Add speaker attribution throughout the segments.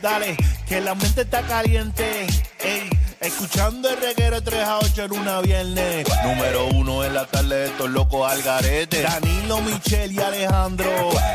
Speaker 1: dale, que la mente está caliente. Ey, escuchando el reguero de 3 a 8 en una viernes.
Speaker 2: Número uno en la tarde de estos locos al garete.
Speaker 1: Danilo, Michelle y Alejandro.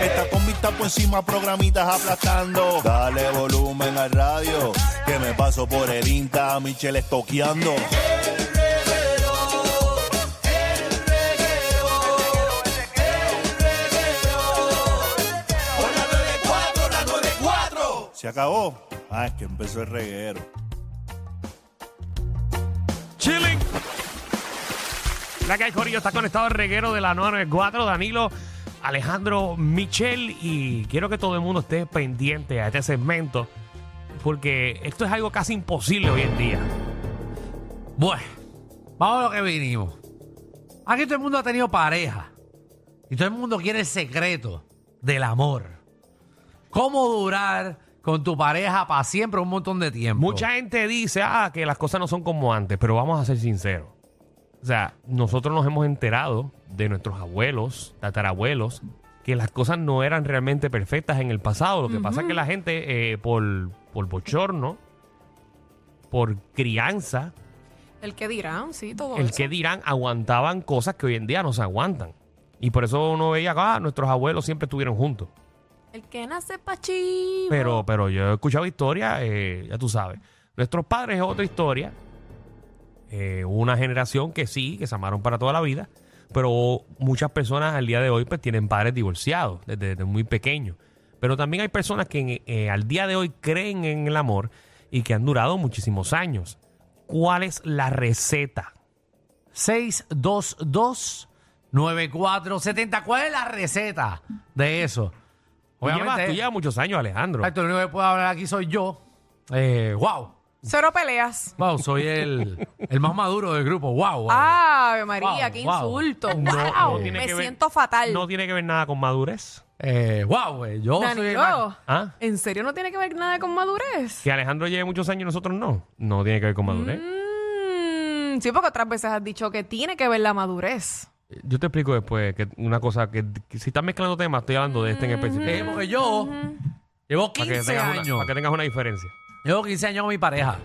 Speaker 1: Está con vista por encima, programitas aplastando.
Speaker 2: Dale volumen al radio, que me paso por el Insta, Michelle estoqueando.
Speaker 1: Se acabó. Ah, es que empezó el reguero.
Speaker 3: Chilling. La que hay Corillo está conectado al reguero de la 994, Danilo, Alejandro, Michel y quiero que todo el mundo esté pendiente a este segmento porque esto es algo casi imposible hoy en día.
Speaker 4: Bueno, vamos a lo que vinimos. Aquí todo el mundo ha tenido pareja. Y todo el mundo quiere el secreto del amor. ¿Cómo durar con tu pareja para siempre un montón de tiempo?
Speaker 3: Mucha gente dice, ah, que las cosas no son como antes, pero vamos a ser sinceros. O sea, nosotros nos hemos enterado de nuestros abuelos, tatarabuelos, que las cosas no eran realmente perfectas en el pasado. Lo que pasa es que la gente, eh, por, por bochorno, por crianza,
Speaker 5: El que dirán, sí, todo
Speaker 3: el
Speaker 5: eso.
Speaker 3: que dirán, aguantaban cosas que hoy en día no se aguantan. Y por eso uno veía, ah, nuestros abuelos siempre estuvieron juntos.
Speaker 5: El que nace pachi.
Speaker 3: Pero, pero yo he escuchado historias, eh, ya tú sabes. Nuestros padres es otra historia. Eh, hubo una generación que sí, que se amaron para toda la vida. Pero muchas personas al día de hoy pues tienen padres divorciados desde, desde muy pequeños. Pero también hay personas que en- eh, al día de hoy creen en el amor y que han durado muchísimos años. ¿Cuál es la receta?
Speaker 4: 622-9470. ¿Cuál es la receta de eso?
Speaker 3: Tú llevas, tú llevas muchos años, Alejandro.
Speaker 4: exacto, lo único que puedo hablar aquí soy yo. Eh, wow.
Speaker 5: Cero peleas.
Speaker 4: Wow, soy el, el más maduro del grupo. Wow.
Speaker 5: Ave María,
Speaker 4: Wow,
Speaker 5: qué
Speaker 4: wow.
Speaker 5: insulto.
Speaker 3: No,
Speaker 5: Wow,
Speaker 3: no tiene
Speaker 5: me
Speaker 3: que ver-
Speaker 5: siento fatal.
Speaker 3: No tiene que ver nada con madurez.
Speaker 4: Eh, wow, eh, yo soy el más-
Speaker 5: Danilo,
Speaker 3: ¿Ah?
Speaker 5: ¿en serio no tiene que ver nada con madurez?
Speaker 3: Que Alejandro lleve muchos años y nosotros no. No tiene que ver con madurez.
Speaker 5: Mm, sí, porque otras veces has dicho que tiene que ver la madurez.
Speaker 3: Yo te explico después que una cosa que, que si estás mezclando temas, estoy hablando de este
Speaker 5: Mm.
Speaker 3: en específico.
Speaker 4: Eh, porque yo llevo
Speaker 3: para, que
Speaker 4: 15
Speaker 3: tengas una,
Speaker 4: años.
Speaker 3: para que tengas una diferencia.
Speaker 4: Llevo 15 años con mi pareja.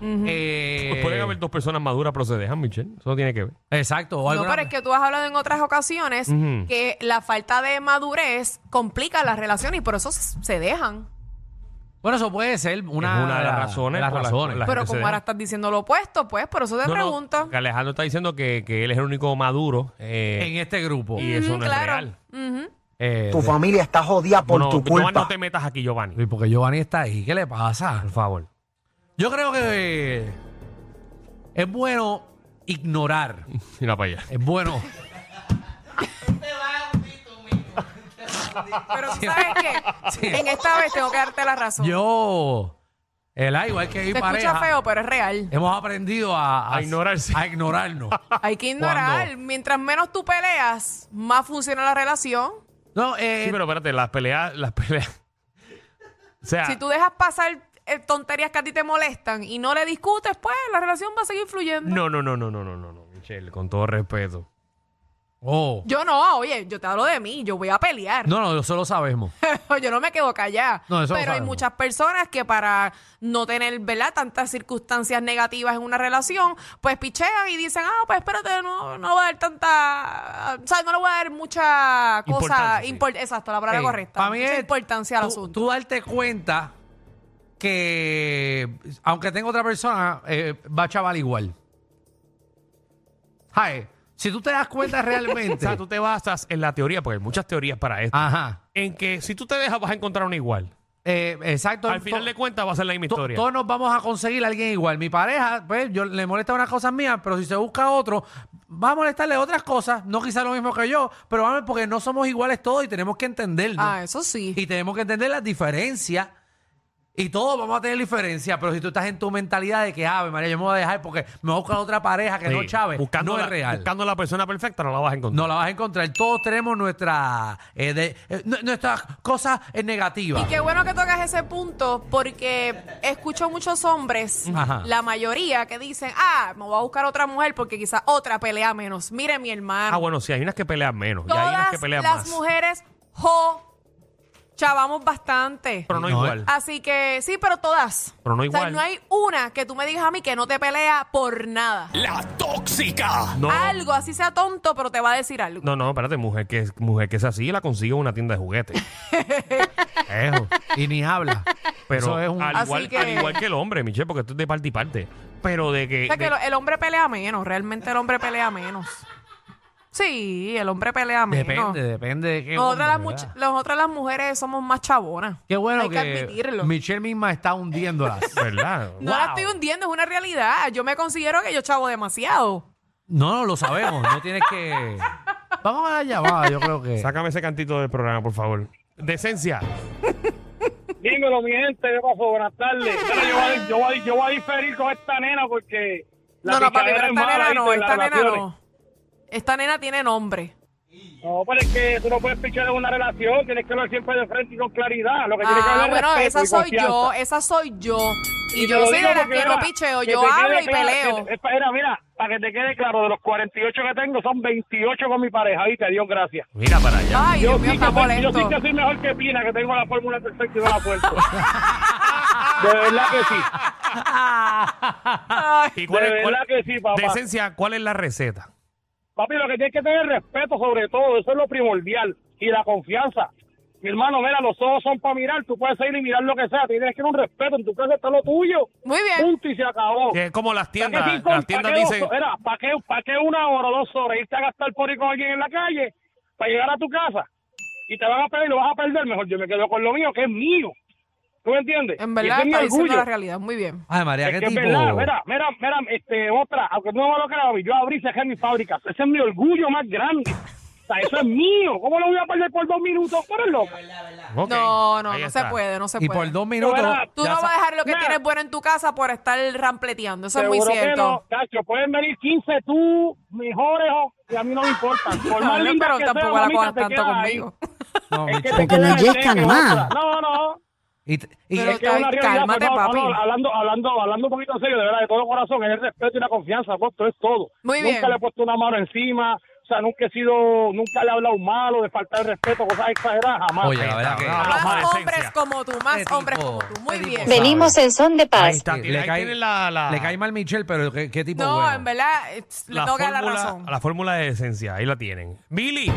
Speaker 4: Eh,
Speaker 3: Pues pueden haber dos personas maduras, pero se dejan, Michelle. Eso no tiene que ver.
Speaker 4: Exacto. o
Speaker 5: No,
Speaker 4: alguna-
Speaker 5: pero es que tú has hablado en otras ocasiones
Speaker 3: Ujú.
Speaker 5: que la falta de madurez complica las relaciones y por eso s- se dejan.
Speaker 4: Bueno, eso puede ser una,
Speaker 3: Es una de las razones
Speaker 4: de las
Speaker 3: por las-
Speaker 4: razones.
Speaker 3: La
Speaker 5: Pero
Speaker 3: gente se
Speaker 5: como
Speaker 3: deja.
Speaker 5: ahora estás diciendo lo opuesto, pues por eso te
Speaker 3: No, no,
Speaker 5: pregunto.
Speaker 3: que Alejandro está diciendo que, que él es el único maduro. eh,
Speaker 4: en este grupo.
Speaker 3: y eso
Speaker 5: Mm,
Speaker 3: no
Speaker 5: claro.
Speaker 3: es real.
Speaker 5: Ujú.
Speaker 4: Eh,
Speaker 6: Tu familia está jodida por
Speaker 3: no,
Speaker 6: tu
Speaker 3: Giovanni,
Speaker 6: culpa.
Speaker 3: no te metas aquí, Giovanni.
Speaker 4: y porque Giovanni está ahí, ¿qué le pasa?
Speaker 3: Por favor.
Speaker 4: Yo creo que es bueno ignorar.
Speaker 3: Mira para allá.
Speaker 4: Es bueno.
Speaker 5: Pero tú sabes que en esta vez tengo que darte la razón.
Speaker 4: Yo, el igual que mi
Speaker 5: Te
Speaker 4: pareja,
Speaker 5: escucha feo, pero es real.
Speaker 4: hemos aprendido a,
Speaker 3: A ignorarse.
Speaker 4: A ignorarnos.
Speaker 5: Hay que ignorar.
Speaker 4: Cuando-
Speaker 5: Mientras menos tú peleas, más funciona la relación.
Speaker 4: No, eh,
Speaker 3: Sí, pero espérate, las peleas, las peleas. O sea,
Speaker 5: Si tú dejas pasar eh, tonterías que a ti te molestan y no le discutes, pues la relación va a seguir fluyendo.
Speaker 3: no, no, no, no, no, no, no, no, Michelle, con todo respeto.
Speaker 4: oh.
Speaker 5: Yo no, oye, yo te hablo de mí, yo voy a pelear.
Speaker 4: No, no, eso lo sabemos.
Speaker 5: Pues yo no me quedo callada.
Speaker 4: No, eso lo
Speaker 5: Pero hay
Speaker 4: sabemos.
Speaker 5: muchas personas que para no tener, ¿verdad?, tantas circunstancias negativas en una relación, pues pichean y dicen, ah, pues espérate, no, no le voy a dar tanta. O sea, no le voy a dar mucha
Speaker 3: Importancia,
Speaker 5: cosa.
Speaker 3: sí.
Speaker 5: import- Exacto, la palabra correcta.
Speaker 4: Para mí
Speaker 5: mucha
Speaker 4: es
Speaker 5: importancia al
Speaker 4: tú,
Speaker 5: asunto.
Speaker 4: tú darte cuenta que aunque tenga otra persona, eh, va a chaval igual. Jae, si tú te das cuenta
Speaker 3: O
Speaker 4: realmente.
Speaker 3: sea, tú te basas en la teoría, porque hay muchas teorías para esto.
Speaker 4: Ajá.
Speaker 3: En que si tú te dejas, vas a encontrar una igual.
Speaker 4: eh, exacto.
Speaker 3: Al final
Speaker 4: to-
Speaker 3: de cuentas, va a ser la misma
Speaker 4: to-
Speaker 3: historia.
Speaker 4: Todos nos vamos a conseguir a alguien igual. Mi pareja, pues, yo le molesta unas cosas mías, pero si se busca otro, va a molestarle otras cosas. No quizá lo mismo que yo, pero vamos, porque no somos iguales todos y tenemos que entendernos.
Speaker 5: Ah, eso sí.
Speaker 4: Y tenemos que entender las diferencias. Y todos vamos a tener diferencias, pero si tú estás en tu mentalidad de que, ave María, yo me voy a dejar porque me voy a buscar otra pareja que
Speaker 3: Sí,
Speaker 4: no Chávez,
Speaker 3: buscando
Speaker 4: no
Speaker 3: la,
Speaker 4: es real.
Speaker 3: Buscando la persona perfecta, no la vas a encontrar.
Speaker 4: No la vas a encontrar. Todos tenemos nuestra, eh, de- eh, nu- nuestras cosas eh, negativas.
Speaker 5: Y qué bueno que tocas ese punto porque escucho muchos hombres,
Speaker 4: Ajá.
Speaker 5: la mayoría, que dicen, ah, me voy a buscar otra mujer porque quizás otra pelea menos. Mire mi hermano.
Speaker 3: Pues Ah, bueno, sí, hay unas que pelean menos. y hay unas
Speaker 5: Todas
Speaker 3: que pelean
Speaker 5: las
Speaker 3: más.
Speaker 5: mujeres jo chavamos bastante.
Speaker 3: Pero no,
Speaker 4: No, eh.
Speaker 3: igual.
Speaker 5: Así que sí, pero todas.
Speaker 3: Pero no
Speaker 5: O sea,
Speaker 3: igual.
Speaker 5: no hay una que tú me digas a mí que no te pelea por nada.
Speaker 7: La
Speaker 5: Ah,
Speaker 7: tóxica.
Speaker 3: No,
Speaker 5: Algo, así sea tonto, pero te va a decir algo.
Speaker 3: no, no, espérate, mujer que, es- mujer que es así, la consigo en una tienda de juguetes. Ejo.
Speaker 4: Y ni habla.
Speaker 3: Pero
Speaker 4: Eso es un.
Speaker 3: al,
Speaker 5: Así
Speaker 3: igual,
Speaker 5: que-
Speaker 3: al igual que el hombre, Michelle, porque esto es de parte y parte. Pero de que.
Speaker 5: O sea, que
Speaker 3: de-
Speaker 5: lo- el hombre pelea menos, realmente el hombre pelea menos. Sí, el hombre pelea menos.
Speaker 4: Depende, depende de qué.
Speaker 5: Nosotras las,
Speaker 4: hombre,
Speaker 5: much-
Speaker 4: ¿verdad?
Speaker 5: nosotras las mujeres somos más chabonas.
Speaker 4: Qué bueno
Speaker 5: Hay que admitirlo.
Speaker 4: Michelle misma está hundiéndolas.
Speaker 3: ¿Verdad?
Speaker 5: No la estoy hundiendo, es una realidad. Yo me considero que yo chavo demasiado.
Speaker 4: No, no, lo sabemos. No tienes que. Vamos a la llamada, yo creo que.
Speaker 3: Sácame ese cantito del programa, por favor. Decencia.
Speaker 8: Dímelo, mi gente, ¿qué pasó? Buenas tardes. Mira, yo, voy a, yo, voy a, yo voy a diferir con esta nena porque. la
Speaker 5: no, no, papi,
Speaker 8: picadera
Speaker 5: pero
Speaker 8: es
Speaker 5: esta
Speaker 8: mala,
Speaker 5: nena no,
Speaker 8: ¿viste? Las
Speaker 5: esta nena
Speaker 8: relaciones.
Speaker 5: no. Esta nena tiene nombre.
Speaker 8: No, pero es que tú no puedes pichar en una relación, tienes que hablar siempre de frente y con claridad. Lo que tienes que
Speaker 5: Ah,
Speaker 8: hablar es
Speaker 5: bueno,
Speaker 8: respeto
Speaker 5: esa
Speaker 8: y
Speaker 5: soy yo,
Speaker 8: confianza.
Speaker 5: esa soy yo. Y,
Speaker 8: te
Speaker 5: yo
Speaker 8: lo
Speaker 5: soy
Speaker 8: digo
Speaker 5: de las
Speaker 8: porque,
Speaker 5: que no
Speaker 8: mira,
Speaker 5: picheo,
Speaker 8: que
Speaker 5: yo
Speaker 8: te
Speaker 5: hablo
Speaker 8: quede
Speaker 5: y
Speaker 8: claro,
Speaker 5: peleo.
Speaker 8: que- espera, mira, para que te quede claro, de los 48 que tengo, son 28 con mi pareja, ¿viste? Dios gracias.
Speaker 3: Mira para allá.
Speaker 5: Ay, Dios mío,
Speaker 8: sí que
Speaker 5: está
Speaker 8: soy, yo sí
Speaker 5: molesto.
Speaker 8: que soy mejor que Pina, que tengo la fórmula perfecta y no la puerto. de verdad que sí.
Speaker 5: Ay,
Speaker 3: ¿Y
Speaker 8: de verdad que sí, papá.
Speaker 3: Decencia, ¿cuál es la receta?
Speaker 8: Papi, lo que tienes que tener es respeto sobre todo, eso es lo primordial. Y la confianza. Mi hermano, mira, los ojos son para mirar, tú puedes ir y mirar lo que sea, tienes que tener un respeto, en tu casa está lo tuyo.
Speaker 5: Muy bien.
Speaker 8: Punto y se acabó.
Speaker 3: Que es como las
Speaker 8: ¿Para qué
Speaker 3: tiendas.
Speaker 8: cinco-
Speaker 3: Las
Speaker 8: para
Speaker 3: tiendas
Speaker 8: qué dos-
Speaker 3: dicen.
Speaker 8: Era, ¿para qué, para qué una hora o dos horas irte a gastar por ir con alguien en la calle para llegar a tu casa? Y te van a pedir, lo vas a perder mejor. Yo me quedo con lo mío, que es mío. ¿Tú me entiendes?
Speaker 5: en
Speaker 8: Y ese
Speaker 5: verdad
Speaker 8: es mi
Speaker 5: está diciendo
Speaker 8: orgullo.
Speaker 5: la realidad, muy bien.
Speaker 4: Ay, María,
Speaker 8: Es
Speaker 4: qué
Speaker 8: que es
Speaker 4: tipo.
Speaker 8: verdad, mira, mira, mira, este, otra, aunque tú no me lo creas, yo abrí y cerré mis fábricas. Ese es mi orgullo más grande. O sea, eso es mío. ¿Cómo lo voy a perder por dos minutos? Por el loco.
Speaker 3: Ok,
Speaker 5: no, no,
Speaker 3: ahí
Speaker 5: no
Speaker 3: está.
Speaker 5: se puede, no se
Speaker 4: Y
Speaker 5: puede.
Speaker 4: por dos minutos.
Speaker 8: Mira,
Speaker 5: Tú
Speaker 4: ya
Speaker 5: no
Speaker 4: sa-
Speaker 5: vas a dejar lo que
Speaker 8: Nada.
Speaker 5: tienes bueno en tu casa por estar rampleteando, eso es muy
Speaker 8: Seguro que
Speaker 5: cierto.
Speaker 8: no, Cacho, pueden venir 15 tú, mejores, o- y a mí no me importa. Por
Speaker 5: No,
Speaker 8: más
Speaker 5: no,
Speaker 8: linda
Speaker 5: pero
Speaker 8: que
Speaker 5: tampoco
Speaker 8: sea,
Speaker 5: la
Speaker 8: mamita,
Speaker 5: cojas
Speaker 8: te
Speaker 5: tanto
Speaker 8: quedas ahí.
Speaker 5: conmigo.
Speaker 4: No,
Speaker 8: Es que
Speaker 4: Michelle.
Speaker 8: te
Speaker 6: Porque
Speaker 8: quedas
Speaker 6: no
Speaker 8: en el
Speaker 6: llegan
Speaker 8: teque,
Speaker 6: más.
Speaker 8: otra. No, no.
Speaker 4: Y, te- y-
Speaker 5: Pero
Speaker 8: Es que es una
Speaker 5: Ay,
Speaker 8: realidad,
Speaker 5: cálmate,
Speaker 8: pero no,
Speaker 5: papi.
Speaker 8: no, hablando, hablando, hablando un poquito en serio, de verdad, de todo corazón, es el respeto y la confianza, puesto es todo.
Speaker 5: Muy
Speaker 8: nunca
Speaker 5: bien.
Speaker 8: le he puesto una mano encima, o sea, nunca he sido, nunca le he hablado malo, de faltar de respeto, cosas exageradas, jamás.
Speaker 4: Oye, la verdad
Speaker 3: Ah,
Speaker 4: que.
Speaker 5: Más
Speaker 3: más decencia.
Speaker 5: hombres como tú, más
Speaker 4: Este
Speaker 5: hombres
Speaker 4: tipo,
Speaker 5: como tú. Muy
Speaker 4: este
Speaker 5: bien.
Speaker 4: tipo.
Speaker 6: Venimos en son de
Speaker 3: Ahí
Speaker 6: paz.
Speaker 3: está.
Speaker 4: Sí,
Speaker 3: tiene- ahí tiene la- la-
Speaker 8: ah.
Speaker 4: le cae mal Michelle, pero qué, qué tipo.
Speaker 5: No,
Speaker 4: bueno.
Speaker 5: en verdad, eh, le
Speaker 3: La
Speaker 5: tengo que dar la
Speaker 3: fórmula-
Speaker 5: razón.
Speaker 3: la fórmula de decencia, ahí la tienen. Billy.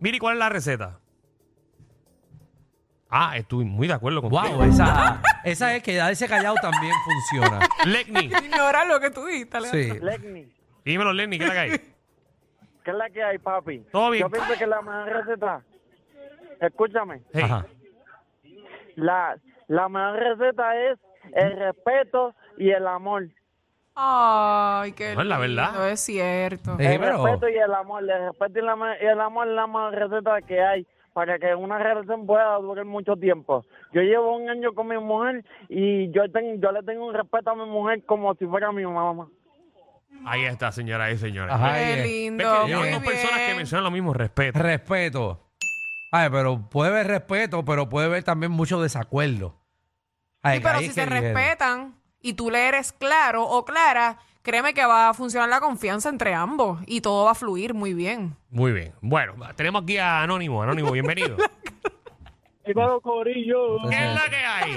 Speaker 3: Billy, ¿cuál es la receta? Ah, estoy muy de acuerdo contigo.
Speaker 4: Wow, esa, esa es que ya ese callado también funciona.
Speaker 3: Legni.
Speaker 5: Ignora lo que tú dijiste.
Speaker 4: Sí.
Speaker 5: Alejandro.
Speaker 9: Legni,
Speaker 3: Dímelo, Legni, ¿qué es la que hay?
Speaker 9: ¿qué es la que hay, papi?
Speaker 3: Todo bien.
Speaker 9: Yo pienso que la mejor receta, escúchame,
Speaker 3: Hey.
Speaker 4: Ajá.
Speaker 9: la, la mejor receta es el respeto y el amor.
Speaker 5: Ay, qué
Speaker 3: No, es la
Speaker 5: lindo,
Speaker 3: verdad.
Speaker 5: Es cierto.
Speaker 4: Eh,
Speaker 9: el
Speaker 4: pero-
Speaker 9: respeto y el amor, el respeto y, la ma- y el amor es la mejor receta que hay para que una relación pueda durar mucho tiempo. Yo llevo un año con mi mujer y yo, ten- yo le tengo un respeto a mi mujer como si fuera mi mamá.
Speaker 3: Ahí está, señora y señores.
Speaker 4: Ajá.
Speaker 5: Qué
Speaker 4: Ay, eh.
Speaker 3: Ves
Speaker 5: lindo.
Speaker 3: que yo
Speaker 5: muy
Speaker 3: hay dos personas que
Speaker 5: bien.
Speaker 3: mencionan lo mismo, respeto.
Speaker 4: Respeto. Ay, pero puede haber respeto, pero puede haber también mucho desacuerdo. Ay,
Speaker 5: Sí, pero
Speaker 4: ahí
Speaker 5: si
Speaker 4: es
Speaker 5: se
Speaker 4: que dijeron.
Speaker 5: respetan y tú le eres claro o clara, créeme que va a funcionar la confianza entre ambos y todo va a fluir muy bien.
Speaker 3: Muy bien. Bueno, tenemos aquí a Anónimo. Anónimo, bienvenido.
Speaker 8: Chicos, corillo.
Speaker 3: ¿Qué es la que hay?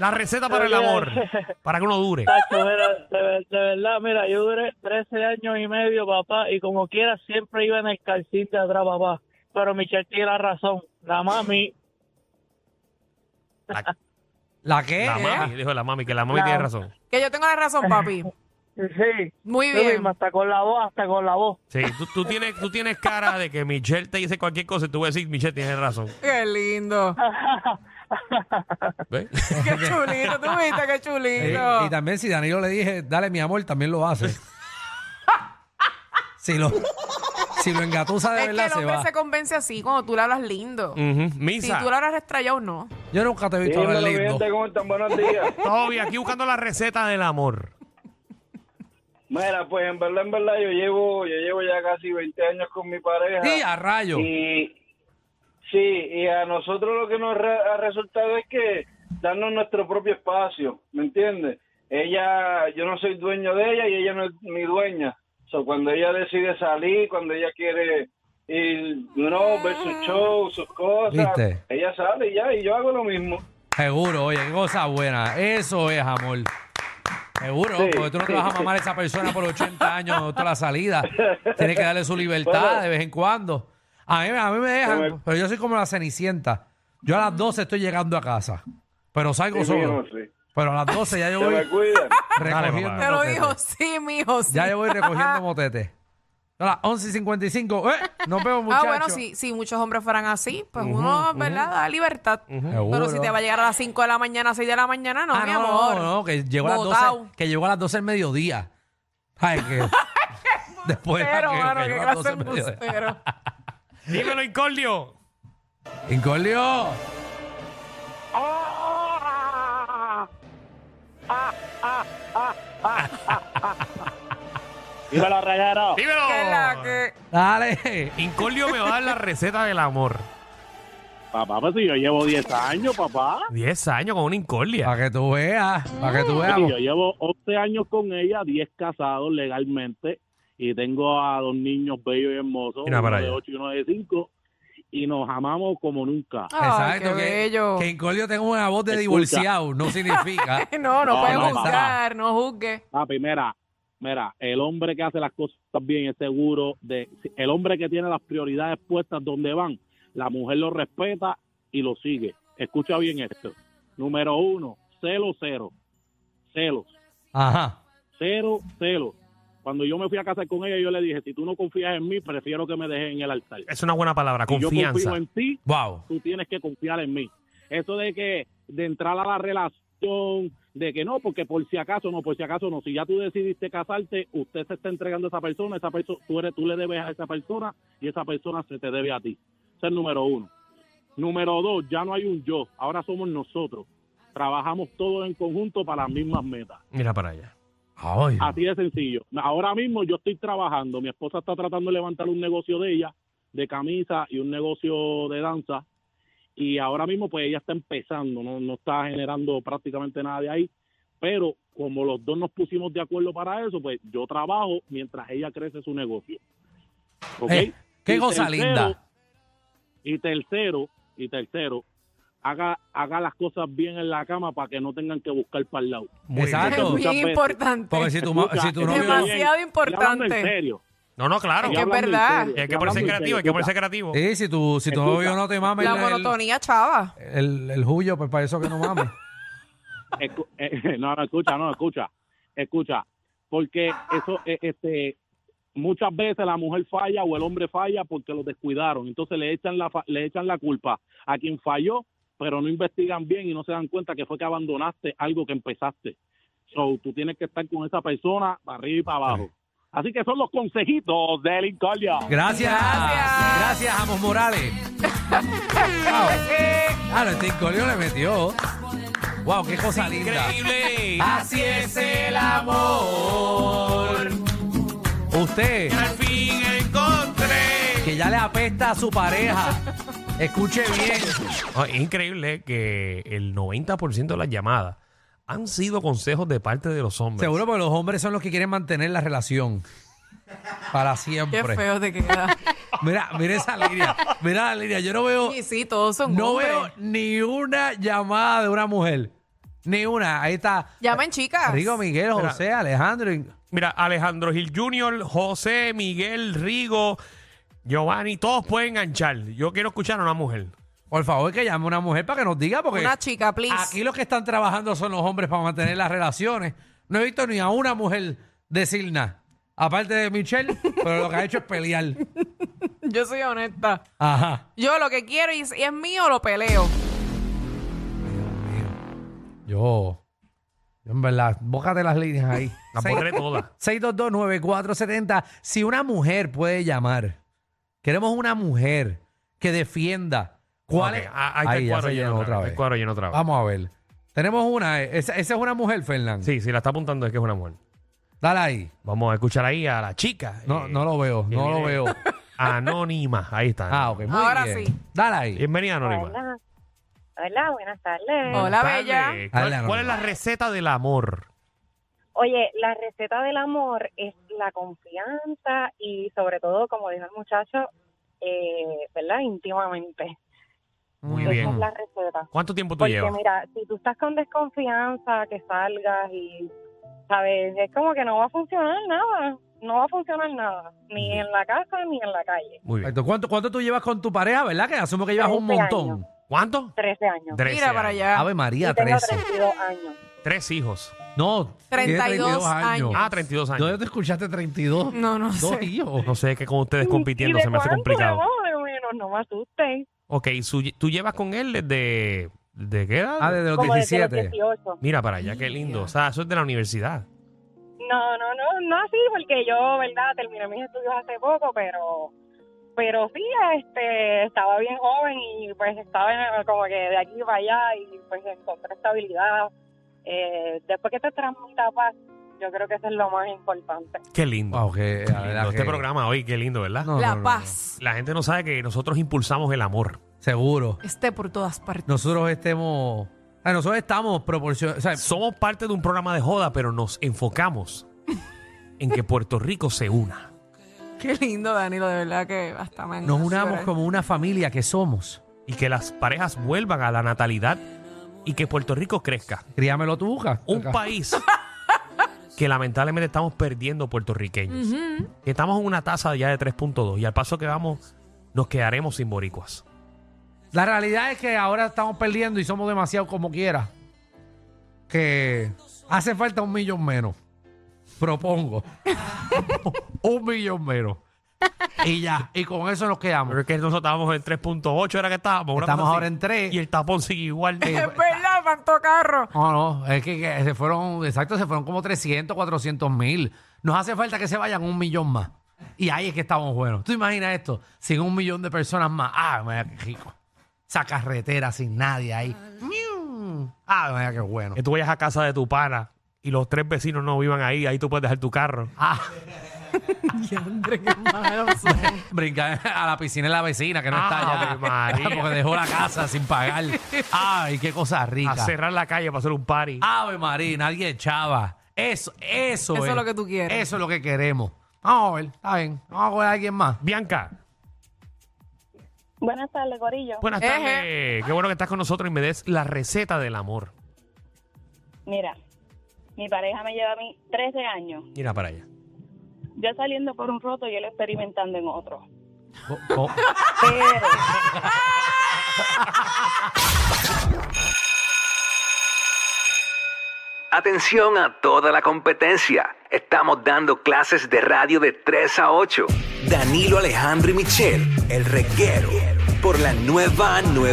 Speaker 3: La receta para el amor. Para que uno dure.
Speaker 9: Tacho, mira, de, ver- de verdad, mira, yo duré 13 años y medio, papá, y como quiera siempre iba en el calcín de atrás, papá. Pero Michelle tiene la razón, la mami.
Speaker 3: La,
Speaker 4: ¿La qué? Ah, eh,
Speaker 3: la mami, dijo la mami, que la mami tiene razón.
Speaker 5: Que yo tengo la razón, papi.
Speaker 9: Sí,
Speaker 5: Muy
Speaker 9: tú
Speaker 5: bien.
Speaker 9: misma, hasta con la voz, hasta con la voz.
Speaker 3: Sí, tú, tú tienes, tú tienes cara de que Michelle te dice cualquier cosa y tú vas a decir, Michelle tiene razón.
Speaker 5: Qué lindo.
Speaker 3: ¿Ves?
Speaker 5: Qué chulito. Tú viste, qué
Speaker 4: Eh,
Speaker 5: chulito.
Speaker 4: y también si Danilo le dije, dale mi amor, también lo hace. si, lo, si lo engatusa de
Speaker 5: es que
Speaker 4: verdad,
Speaker 5: el
Speaker 4: se
Speaker 5: hombre
Speaker 4: va.
Speaker 5: se convence así cuando tú le hablas lindo.
Speaker 3: Ujú.
Speaker 5: Si
Speaker 3: Misa,
Speaker 5: tú le hablas estrellado, no.
Speaker 4: Yo nunca te he visto hablar lindo.
Speaker 8: ¿cómo están? Buenos días.
Speaker 3: Toby, aquí buscando la receta del amor.
Speaker 8: Mira, pues en verdad, en verdad, yo llevo, yo llevo ya casi 20 años con mi pareja.
Speaker 4: Y a rayo.
Speaker 8: Y sí, y a nosotros lo que nos re- ha resultado es que darnos nuestro propio espacio, ¿me entiendes? Ella, yo no soy dueño de ella y ella no es mi dueña. O sea, cuando ella decide salir, cuando ella quiere
Speaker 10: y uno ve su show, sus cosas.
Speaker 4: Ah. ¿Viste?
Speaker 10: Ella sale y ya, y yo hago lo mismo.
Speaker 4: Seguro, oye, qué cosa buena. Eso es amor. Seguro,
Speaker 10: Sí,
Speaker 4: porque tú no
Speaker 10: sí,
Speaker 4: te vas a
Speaker 10: sí.
Speaker 4: mamar a esa persona por 80 años toda la salida. Tienes que darle su libertad
Speaker 10: Bueno.
Speaker 4: de vez en cuando. A mí, a mí me dejan,
Speaker 10: Bueno.
Speaker 4: pero yo soy como la cenicienta. Yo a las 12 estoy llegando a casa, pero salgo
Speaker 10: Sí,
Speaker 4: solo.
Speaker 10: mijo, sí.
Speaker 4: Pero a las 12 ya yo
Speaker 10: Se
Speaker 4: voy
Speaker 10: me cuidan.
Speaker 4: recogiendo.
Speaker 3: Dale,
Speaker 5: Te lo
Speaker 4: motetes.
Speaker 5: dijo, sí, mijo. Sí.
Speaker 4: Ya yo voy recogiendo motetes. A las 11 y 55. ¡Eh! Nos vemos,
Speaker 5: Ah,
Speaker 4: muchachos.
Speaker 5: bueno, si, si muchos hombres fueran así, pues uno, ¿verdad? Da libertad. Pero
Speaker 4: Seguro.
Speaker 5: si te va a llegar a las 5 de la mañana, 6 de la mañana, no,
Speaker 4: Ah,
Speaker 5: mi
Speaker 4: no,
Speaker 5: amor.
Speaker 4: no, no, que llegó a las 12,
Speaker 5: Botao.
Speaker 4: que llegó a las 12 del mediodía. Ay, que después de
Speaker 5: Pero,
Speaker 4: pues, que-
Speaker 5: mano,
Speaker 4: que
Speaker 5: qué
Speaker 4: llegó a las 12 del
Speaker 5: clase de
Speaker 4: mediodía.
Speaker 5: embustero.
Speaker 3: Dímelo, Incordio.
Speaker 4: Incordio.
Speaker 6: Mira la rayera.
Speaker 3: Dímelo.
Speaker 5: Que la que-
Speaker 4: Dale.
Speaker 3: Incordio me va a dar la receta del amor.
Speaker 6: Papá, pues si yo llevo 10 años, papá.
Speaker 3: 10 años con una incordia.
Speaker 4: Para que tú veas, para que tú veas.
Speaker 6: Sí, yo llevo 11 años con ella, 10 casados legalmente, y tengo a dos niños bellos y hermosos,
Speaker 3: Mira para
Speaker 6: uno de
Speaker 3: allá.
Speaker 6: 8 y uno de 5, y nos amamos como nunca.
Speaker 5: Ay, qué
Speaker 4: que,
Speaker 5: bello.
Speaker 4: que Incordio tenga una voz de
Speaker 6: Escucha.
Speaker 4: divorciado no significa.
Speaker 5: No, no,
Speaker 6: No,
Speaker 5: puede
Speaker 6: no,
Speaker 5: juzgar, no juzgue.
Speaker 6: Papi, mira, mira, el hombre que hace las cosas bien es seguro, de, el hombre que tiene las prioridades puestas donde van, la mujer lo respeta y lo sigue. Escucha bien esto. Número uno, celo cero. Celos.
Speaker 4: Ajá.
Speaker 6: cero, cero. Cuando yo me fui a casar con ella, yo le dije, si tú no confías en mí, prefiero que me dejes en el altar.
Speaker 3: Es una buena palabra,
Speaker 6: Si yo confío
Speaker 3: confianza.
Speaker 6: en ti,
Speaker 4: Wow.
Speaker 6: tú tienes que confiar en mí. Eso de que, de entrar a la relación, de que no, porque por si acaso no, por si acaso no. Si ya tú decidiste casarte, usted se está entregando a esa persona, esa persona, tú, eres, tú le debes a esa persona y esa persona se te debe a ti. Ese es el número uno. Número dos, ya no hay un yo, ahora somos nosotros. Trabajamos todos en conjunto para las mismas metas.
Speaker 3: Mira para allá.
Speaker 4: Ay.
Speaker 6: Así de sencillo. Ahora mismo yo estoy trabajando, mi esposa está tratando de levantar un negocio de ella, de camisa y un negocio de danza. Y ahora mismo pues ella está empezando, no, no está generando prácticamente nada de ahí. Pero como los dos nos pusimos de acuerdo para eso, pues yo trabajo mientras ella crece su negocio. ¿Ok?
Speaker 4: Eh, qué
Speaker 6: Y
Speaker 4: cosa
Speaker 6: tercero,
Speaker 4: linda.
Speaker 6: Y tercero, y tercero, haga, haga las cosas bien en la cama para que no tengan que buscar para el lado.
Speaker 3: Muy
Speaker 4: Exacto.
Speaker 3: bien.
Speaker 5: Es bien
Speaker 6: Muchas veces.
Speaker 5: importante.
Speaker 4: Ah, Porque si tu, ma-
Speaker 6: Escucha,
Speaker 4: si tu
Speaker 6: escucha
Speaker 4: novio.
Speaker 5: Demasiado.
Speaker 6: bien. Estoy hablando en
Speaker 5: importante.
Speaker 6: serio.
Speaker 3: No, no, claro.
Speaker 5: Es
Speaker 6: Estoy
Speaker 5: que-
Speaker 3: Hay
Speaker 6: hablando en
Speaker 5: verdad.
Speaker 6: serio,
Speaker 3: que
Speaker 6: estoy
Speaker 3: ponerse
Speaker 6: hablando en
Speaker 3: creativo, hay que
Speaker 6: serio,
Speaker 3: ponerse creativo.
Speaker 4: Sí, si tu, si tu
Speaker 6: Escucha.
Speaker 4: novio no te mama
Speaker 5: La
Speaker 4: el- el,
Speaker 5: monotonía, chava.
Speaker 4: el, el juyo, pues para eso que no mames.
Speaker 6: Escu- eh, no, no, escucha, no, escucha, escucha, porque eso, eh, este, muchas veces la mujer falla o el hombre falla porque lo descuidaron, entonces le echan la, fa- le echan la culpa a quien falló, pero no investigan bien y no se dan cuenta que fue que abandonaste algo que empezaste. So, tú tienes que estar con esa persona para arriba y para abajo. Así que son los consejitos del Incordia.
Speaker 4: Gracias.
Speaker 5: Gracias.
Speaker 4: Gracias, Amos Morales. wow. Ah, no, este incolio le metió. Wow, qué cosa linda.
Speaker 3: Increíble.
Speaker 4: Así es el amor. Usted,
Speaker 3: Al fin encontré.
Speaker 4: que ya le apesta a su pareja, escuche bien.
Speaker 3: Ah, es increíble que el 90% de las llamadas han sido consejos de parte de los hombres.
Speaker 4: Seguro porque los hombres son los que quieren mantener la relación. Para
Speaker 5: Qué
Speaker 4: siempre.
Speaker 5: feo te queda.
Speaker 4: Mira, mira esa línea. Mira la línea. Yo no veo.
Speaker 5: Y sí, todos son
Speaker 4: No
Speaker 5: hombres.
Speaker 4: veo ni una llamada de una mujer. Ni una. Ahí está.
Speaker 5: Llamen, chicas.
Speaker 4: Rigo Miguel,
Speaker 3: Espera.
Speaker 4: José, Alejandro. y-
Speaker 3: Mira, Alejandro Gil Jr., José, Miguel, Rigo, Giovanni, todos pueden enganchar. Yo quiero escuchar a una mujer.
Speaker 4: Por favor, que llame una mujer para que nos diga, porque
Speaker 5: Una chica, please.
Speaker 4: pues, aquí los que están trabajando son los hombres para mantener las relaciones. No he visto ni a una mujer decir nada. Aparte de Michelle, pero lo que ha hecho es pelear.
Speaker 5: Yo soy honesta.
Speaker 4: Ajá.
Speaker 5: Yo lo que quiero y si es mío, lo peleo.
Speaker 4: Yo, yo en verdad, bócate las líneas ahí.
Speaker 3: Las
Speaker 4: Seis-
Speaker 3: pondré todas.
Speaker 4: 6229470. Si una mujer puede llamar, queremos una mujer que defienda. ¿Cuál
Speaker 3: Ok,
Speaker 4: es?
Speaker 3: ah, ahí está
Speaker 4: Ahí
Speaker 3: el
Speaker 4: ya
Speaker 3: cuadro
Speaker 4: se
Speaker 3: lleno
Speaker 4: llenó
Speaker 3: otra vez. El cuadro lleno otra vez.
Speaker 4: Vamos a ver. Tenemos una. eh. Esa, esa es una mujer, Fernando.
Speaker 3: Sí, sí, la está apuntando es que es una mujer.
Speaker 4: Dale ahí.
Speaker 3: Vamos a escuchar ahí a la chica.
Speaker 4: No,
Speaker 3: eh,
Speaker 4: no lo veo,
Speaker 3: que
Speaker 4: no lo
Speaker 3: viene
Speaker 4: veo.
Speaker 3: Anónima. Ahí está.
Speaker 4: Ah, ok, muy
Speaker 5: Ahora
Speaker 4: bien.
Speaker 5: sí.
Speaker 4: Dale ahí.
Speaker 3: Bienvenida, Anónima.
Speaker 8: Hola. Hola, buenas tardes.
Speaker 5: Hola.
Speaker 3: Buenas tardes.
Speaker 5: bella.
Speaker 4: Dale,
Speaker 3: ¿Cuál,
Speaker 4: Anónima.
Speaker 3: cuál es la receta del amor?
Speaker 8: Oye, la receta del amor es la confianza y sobre todo, como dijo el muchacho, eh, ¿verdad? Íntimamente.
Speaker 3: Muy
Speaker 8: Esa es
Speaker 3: bien.
Speaker 8: la receta.
Speaker 3: ¿Cuánto tiempo tú
Speaker 8: Porque
Speaker 3: llevas?
Speaker 8: mira, si tú estás con desconfianza, que salgas y, ¿sabes? Es como que no va a funcionar nada. No va a funcionar nada. Ni en la casa, ni en la calle.
Speaker 3: Muy bien.
Speaker 4: Exacto. ¿Cuánto, ¿Cuánto tú llevas con tu pareja, verdad? Que asumo que llevas un
Speaker 8: Trece
Speaker 4: montón.
Speaker 8: años.
Speaker 3: ¿Cuánto?
Speaker 8: 13 años.
Speaker 3: 13
Speaker 5: Mira para
Speaker 3: años.
Speaker 5: allá.
Speaker 4: Ave María,
Speaker 8: Yo tengo
Speaker 4: 13.
Speaker 8: 32 años.
Speaker 3: Tres hijos.
Speaker 4: No, tiene
Speaker 5: 32 años.
Speaker 3: Ah, 32 años.
Speaker 4: ¿Dónde te escuchaste 32?
Speaker 5: No, no
Speaker 4: Dos
Speaker 5: sé.
Speaker 4: hijos.
Speaker 3: No sé, es que con ustedes
Speaker 8: ¿Y
Speaker 3: compitiendo
Speaker 8: de
Speaker 3: se me hace
Speaker 8: cuánto,
Speaker 3: complicado.
Speaker 8: mi amor? Bueno, no me asustes.
Speaker 3: Ok, su- tú llevas con él desde... ¿De qué edad?
Speaker 4: Ah, desde los
Speaker 8: Como desde
Speaker 4: 17.
Speaker 8: los 18.
Speaker 3: Mira para allá, qué lindo. O sea, eso es de la universidad.
Speaker 8: No, no, no, no así, porque yo, ¿verdad? Terminé mis estudios hace poco, pero pero sí, este, estaba bien joven y pues estaba en- como que de aquí para allá y pues encontré estabilidad. Eh, después que te transmita paz, yo creo que eso es lo más importante.
Speaker 3: Qué lindo.
Speaker 4: Wow, que,
Speaker 3: Qué
Speaker 4: Ah, eh, la verdad
Speaker 3: lindo. Este
Speaker 4: que-
Speaker 3: programa hoy, qué lindo, ¿verdad?
Speaker 4: No, no, no,
Speaker 5: La
Speaker 4: no.
Speaker 5: paz
Speaker 3: La gente no sabe que nosotros impulsamos el amor.
Speaker 4: Seguro.
Speaker 5: esté por todas partes.
Speaker 4: Nosotros estemos. ah, nosotros estamos proporcionando. O sea,
Speaker 3: Somos parte de un programa de joda, pero nos enfocamos en que Puerto Rico se una.
Speaker 5: Qué lindo, Danilo, de verdad que hasta me
Speaker 4: nos
Speaker 5: hace
Speaker 4: unamos
Speaker 5: llorar.
Speaker 4: como una familia que somos.
Speaker 3: Y que las parejas vuelvan a la natalidad y que Puerto Rico crezca.
Speaker 4: Críamelo tú, Uca.
Speaker 3: Un
Speaker 4: Acá.
Speaker 3: país que lamentablemente estamos perdiendo puertorriqueños.
Speaker 5: Ujú.
Speaker 3: Que Estamos en una tasa ya de 3.2 y al paso que vamos nos quedaremos sin boricuas.
Speaker 4: La realidad es que ahora estamos perdiendo y somos demasiado como quiera. Que hace falta un millón menos. Propongo. un millón menos. Y ya. Y con eso nos
Speaker 3: Pero
Speaker 4: quedamos.
Speaker 3: es que nosotros estábamos en 3.8, era que estábamos. una
Speaker 4: Estamos
Speaker 3: cosa
Speaker 4: ahora
Speaker 3: así.
Speaker 4: en tres. Eh,
Speaker 3: Y el tapón sigue igual.
Speaker 5: Es verdad, tanto carro.
Speaker 4: No, no, es que, que se fueron, exacto, se fueron como 300, 400 mil. Nos hace falta que se vayan un millón más. Y ahí es que estamos buenos. Tú imaginas esto, sin un millón de personas más. Ah, mira qué rico. Esa carretera sin nadie ahí. ¡Miu! Ah, mira qué bueno.
Speaker 3: que tú vayas a casa de tu pana y los tres vecinos no vivan ahí, ahí tú puedes dejar tu carro.
Speaker 4: Ah,
Speaker 5: Diandre, qué malos son.
Speaker 4: brincar a la piscina de la vecina que no
Speaker 3: Ah, Ave
Speaker 4: está allá.
Speaker 3: María.
Speaker 4: Porque dejó la casa sin pagar. Ay, qué cosa
Speaker 3: A
Speaker 4: rica.
Speaker 3: cerrar la calle para hacer un party.
Speaker 4: Ave María, nadie echaba. Eso, eso,
Speaker 5: Eso es lo que tú quieres.
Speaker 4: Eso es lo que queremos. Vamos a ver, está bien. Vamos a ver a alguien más.
Speaker 3: Bianca,
Speaker 8: Buenas tardes, Corillo.
Speaker 3: buenas
Speaker 5: Eje.
Speaker 3: tardes. Qué bueno que estás con nosotros y me des la receta del amor.
Speaker 8: Mira, mi pareja me lleva a mí 13 años.
Speaker 3: Mira para allá.
Speaker 8: Yo saliendo por un roto y él experimentando en otro.
Speaker 4: Co- co-
Speaker 11: Atención a toda la competencia. Estamos dando clases de radio de 3 a 8. Danilo Alejandro y Michel, el reguero, por la nueva 9.